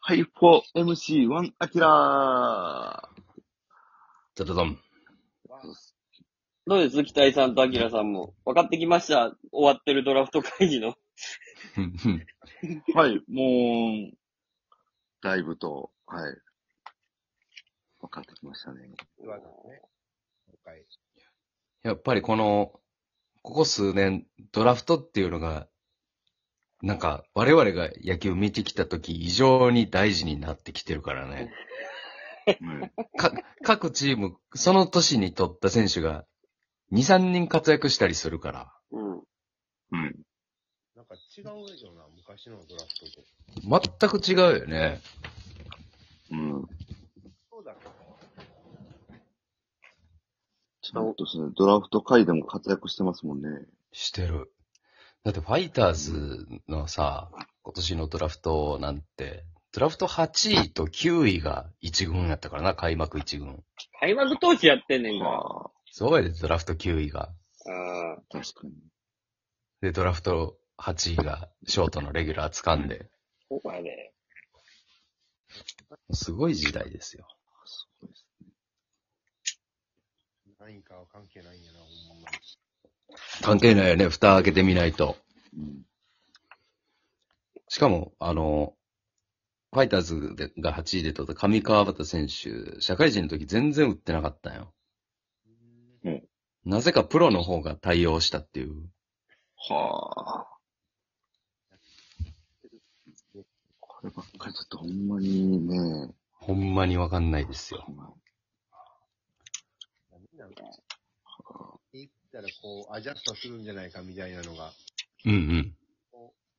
ハイフォ MC1 アキラダダダン。どうです北井さんとアキラさんも。分かってきました終わってるドラフト会議の。うんうんー。はい、もう、だいぶと、はい。分かってきましたね。わかるね。今回。やっぱりこの、ここ数年、ドラフトっていうのが、なんか、我々が野球見てきた時以上に大事になってきてるからね。はいか、各チーム、その年に取った選手が、2、3人活躍したりするから、うん。うん。なんか違うよな、昔のドラフトと。全く違うよね。うん。そうだけど、ちゃんとしてね、ドラフト会でも活躍してますもんね。してる。だって、ファイターズのさ、今年のドラフトなんて、ドラフト8位と9位が1軍やったからな、開幕1軍。開幕投手やってんねんから。ああ、そうやで、ドラフト9位が。ああ。確かに。で、ドラフト8位がショートのレギュラー掴んで、ここやで。すごい時代ですよ。すごいですね。何位かは関係ないんやな、ほんまに。関係ないよね、蓋開けてみないと。うん。しかも、あの、ファイターズでが8位で取った上川端選手、社会人の時全然打ってなかったんよ。うーんなぜかプロの方が対応したっていう。はあ。こればっかりちょっとほんまにね、ほんまにわかんないですよ。みんな、言ったらこう、アジャストするんじゃないかみたいなのが、うんうん。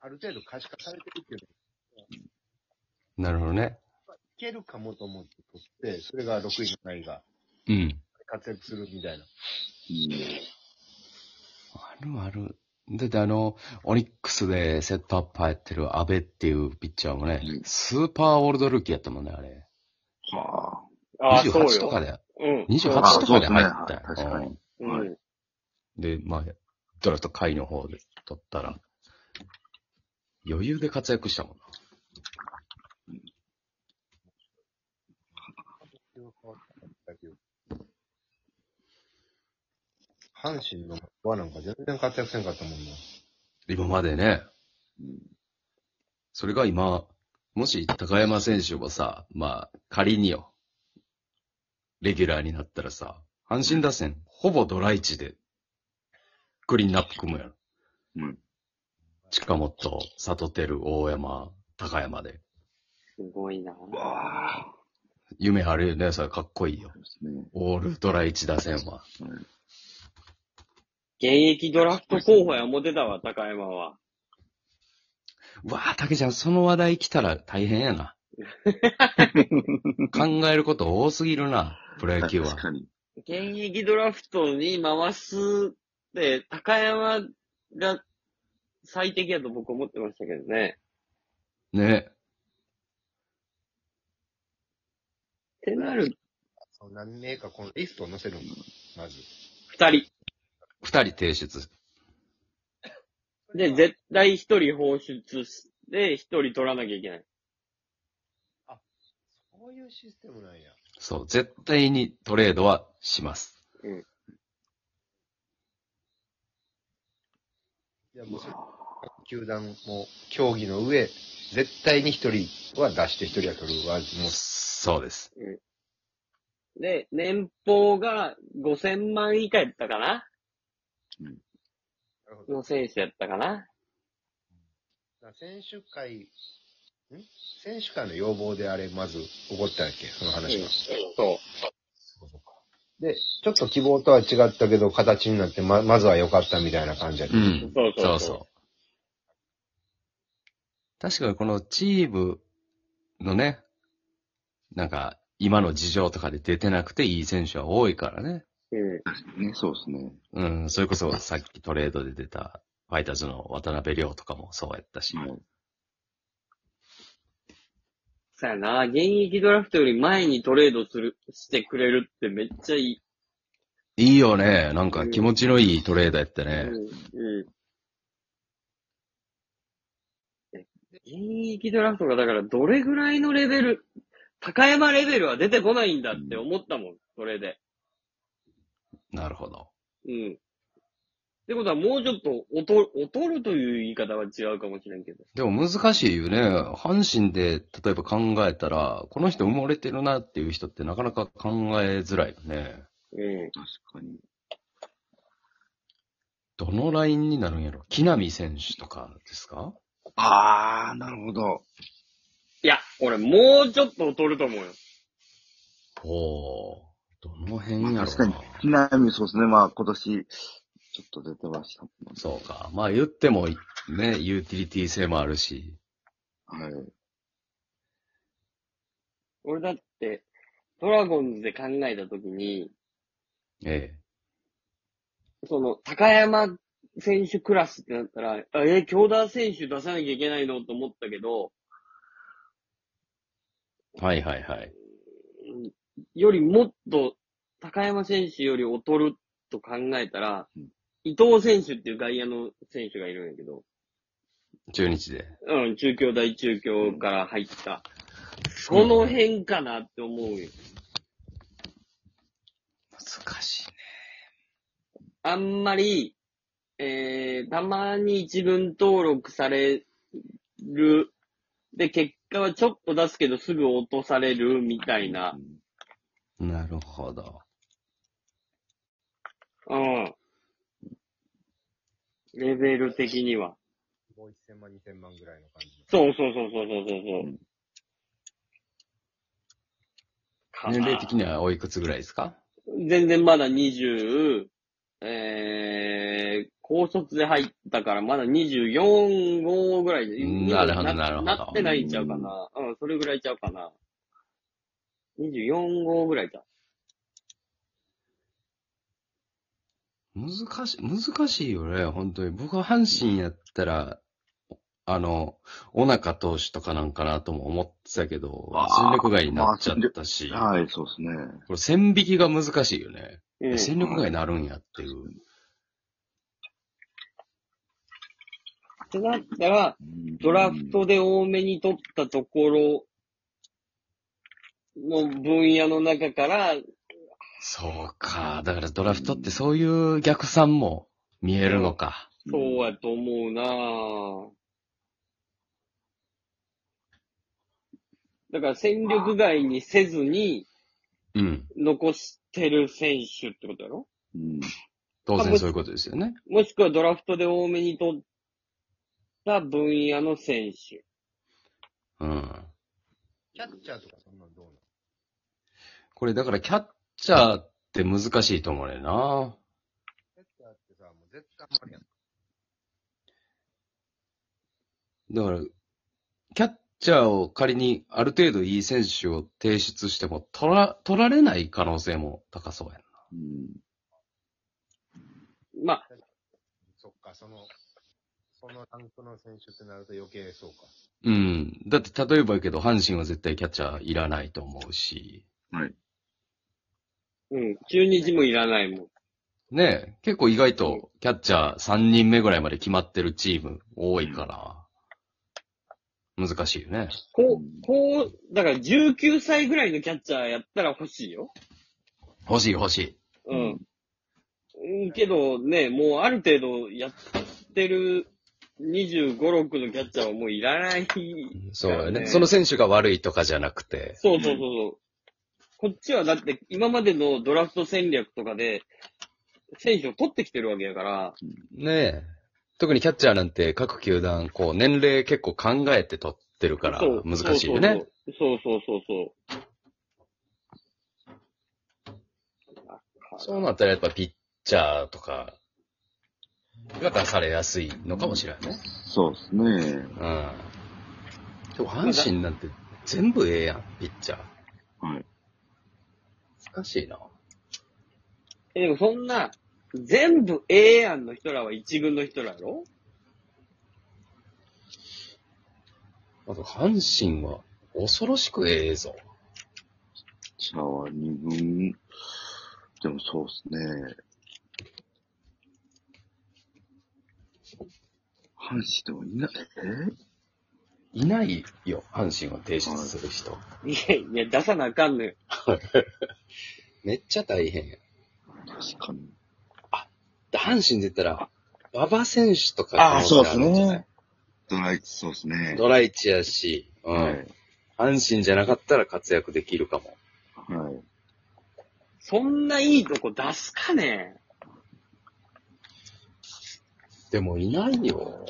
ある程度可視化されてるけど、いなるほどね。けるかもと思って取って、それが6位の位がうん。活躍するみたいな。うんあるある。で、であの、オリックスでセットアッパーやってる阿部っていうピッチャーもねうん、スーパーオールドルーキーやったもんね、あれ。はあ。ああ、そう28とかよ。で、うん。 28とかで入あったそうよで。すねはい確かにうん。うんうんで、まあ、ドラフト下位の方で取ったら、余裕で活躍したもんな。阪神の輪なんか全然活躍せんかったもんな。今までね。うんそれが今、もし高山選手もさ、まあ、仮によ、レギュラーになったらさ、阪神打線、ほぼドライチで、クリーンナップ組むやろ。うん。近本、里照、大山、高山で。すごいな。わあ。夢あるよね、それかっこいいよそ。うですね。オールドライチ打線は。はい現役ドラフト候補や思ってたわ、高山は。うわあ、竹ちゃん、その話題来たら大変 やな。考えること多すぎるな、プロ野球は確。かに。現役ドラフトに回すって、高山が最適やと僕思ってましたけどね。ね。ってなる、そう何名かこのリストを載せるの、まず。二人。二人提出。で、絶対一人放出して、一人取らなきゃいけない。そういうシステムなんや。そう、絶対にトレードはします。いや、もうそれ、各球団も競技の上、絶対に一人は出して一人は取るわ。もう、そうです。で、年俸が5000万以下やったかななるほどの選手やったかなな選手会、ん選手会の要望であれ、まず起こったんやっけそのうん話が。そで、ちょっと希望とは違ったけど、形になって、ま、まずは良かったみたいな感じやった。うう。ん。そうそうそ。そううそう。確かにこのチームのね、なんか、今の事情とかで出てなくていい選手は多いからね。うん。ね、そうですね。うん、それこそさっきトレードで出たファイターズの渡辺亮とかもそうやったし。はい。そうやな。現役ドラフトより前にトレードする、してくれるってめっちゃいい。いいよね。なんか気持ちのいいトレードやったうね。ん。うん。現役ドラフトが、だからどれぐらいのレベル、高山レベルは出てこないんだって思ったもん、それで。なるほど。うん。ってことはもうちょっと劣る、劣るという言い方は違うかもしれんけど。でも難しいよね。阪神で、例えば考えたら、この人埋もれてるなっていう人ってなかなか考えづらいよね。うん。確かに。どのラインになるんやろ木浪選手とかですかあー、なるほど。いや、俺もうちょっと劣ると思うよ。おー。どの辺まやろなあ、確かに、木浪そうですね。まあ、今年、ちょっと出てましたもんね。そうか。まあ言っても、ね、ユーティリティ性もあるし。はい。俺だって、ドラゴンズで考えたときに、えその、高山選手クラスってなったら、あえ、京田選手出さなきゃいけないのと思ったけど、え。はいはいはい。うんよりもっと、高山選手より劣ると考えたらうん、。伊藤選手っていう外野の選手がいるんやけど、中日で。うん、中京大中京から入った。その辺かなって思うよ。難しいね。あんまり、えー、たまに一軍登録される。で、結果はちょっと出すけどすぐ落とされるみたいな。なるほど。うん。レベル的には。もう1000万、2000万ぐらいの感じ。そうそうそうそうそうそうそううんか年齢的にはおいくつぐらいですか全然まだ20、えー、高卒で入ったからまだ24、5ぐらいで。うんなるほどなるほどなってないんちゃうかな。うん、それぐらいちゃうかな。24、5ぐらいちゃう。難しい、難しいよね、本当に。僕は阪神やったら、あの、小中投手とかなんかなとも思ってたけどあ、ー戦力外になっちゃったし、こはい、そうですね。れ線引きが難しいよね。うん。戦力外になるんやっていう。ってなったら、うんドラフトで多めに取ったところの分野の中から、そうか。だからドラフトってそういう逆算も見えるのか。そうやと思うなぁ。だから戦力外にせずにうん。残してる選手ってことやろうん。当然そういうことですよね。もしくはドラフトで多めに取った分野の選手。うん。キャッチャーとかそんなんどうなのこれだからキャッチャーって難しいと思うねんな。キャッチャーってさ、もう絶対あんまりやん。だから、キャッチャーを仮にある程度いい選手を提出しても取ら、取られない可能性も高そうやな。うん。まあ、そっか、その、そのランクの選手ってなると余計そうか。うん。だって例えばやけど、阪神は絶対キャッチャーいらないと思うし、うん、中日もいらないもん。ねえ、結構意外とキャッチャー3人目ぐらいまで決まってるチーム多いから、難しいよね。こう、こう、だから19歳ぐらいのキャッチャーやったら欲しいよ。欲しい欲しい。うん。うんけどね、もうある程度やってる25、6のキャッチャーはもういらない。そうよねね。その選手が悪いとかじゃなくて、そうそうそうそう。こっちはだって今までのドラフト戦略とかで選手を取ってきてるわけやから、ねえ。特にキャッチャーなんて各球団、こう、年齢結構考えて取ってるからそう、難しいよね。。そうそうそうそうそう。そうなったらやっぱピッチャーとかが出されやすいのかもしれないね。そうですね。うん。でも阪神なんて全部ええやん、ピッチャー。はい。難しいな。え、でもそんな、全部ええやんの人らは一軍の人らやろあと、阪神は恐ろしくええぞ。シャワー二軍。でもそうですね。阪神でもいない、えいないよ、阪神を提出する人。いやいや、出さなあかんのよ。めっちゃ大変や。確かに。阪神で言ったら、馬場選手とかああ可能性そうですねるんじゃないドライ、そうですね。ドライチやし、うん。はい。阪神じゃなかったら活躍できるかも。はい。そんないいとこ出すかねでもいないよ。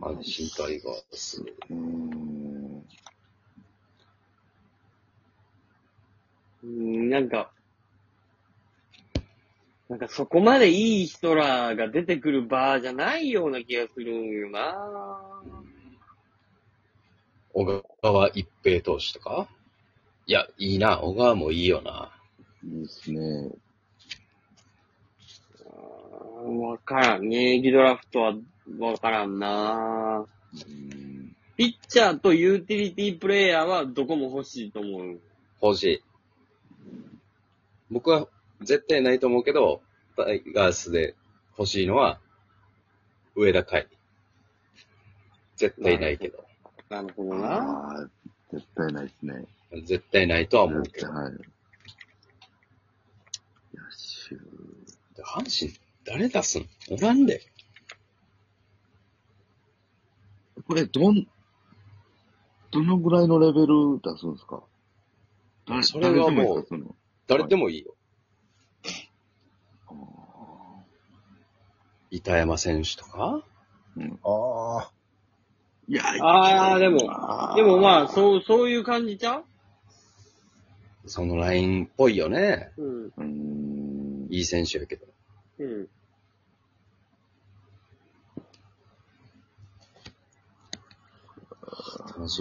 阪神タイガース。うーん。うん、なんか、なんかそこまでいい人らが出てくるバーじゃないような気がするんよな小川一平投手とかいや、いいな。小川もいいよな。いいですね。うんわからん。現役ドラフトはわからんなうーん。ピッチャーとユーティリティプレイヤーはどこも欲しいと思う。欲しい。僕は絶対ないと思うけど、タイガースで欲しいのは、上田海。絶対ないけど。なるほどな。ああ、絶対ないですね。絶対ないとは思う絶けど対。はい。野手。阪神、誰出すんおらんで。これ、どん、どのぐらいのレベル出すんですか誰それは誰でもういいですかその誰でもいいよ。板山選手とかああ。いや、あー、でも、あーでもまあ、そう、そういう感じちゃうそのラインっぽいよね。うん。うーん。いい選手やけど。うん。楽しみ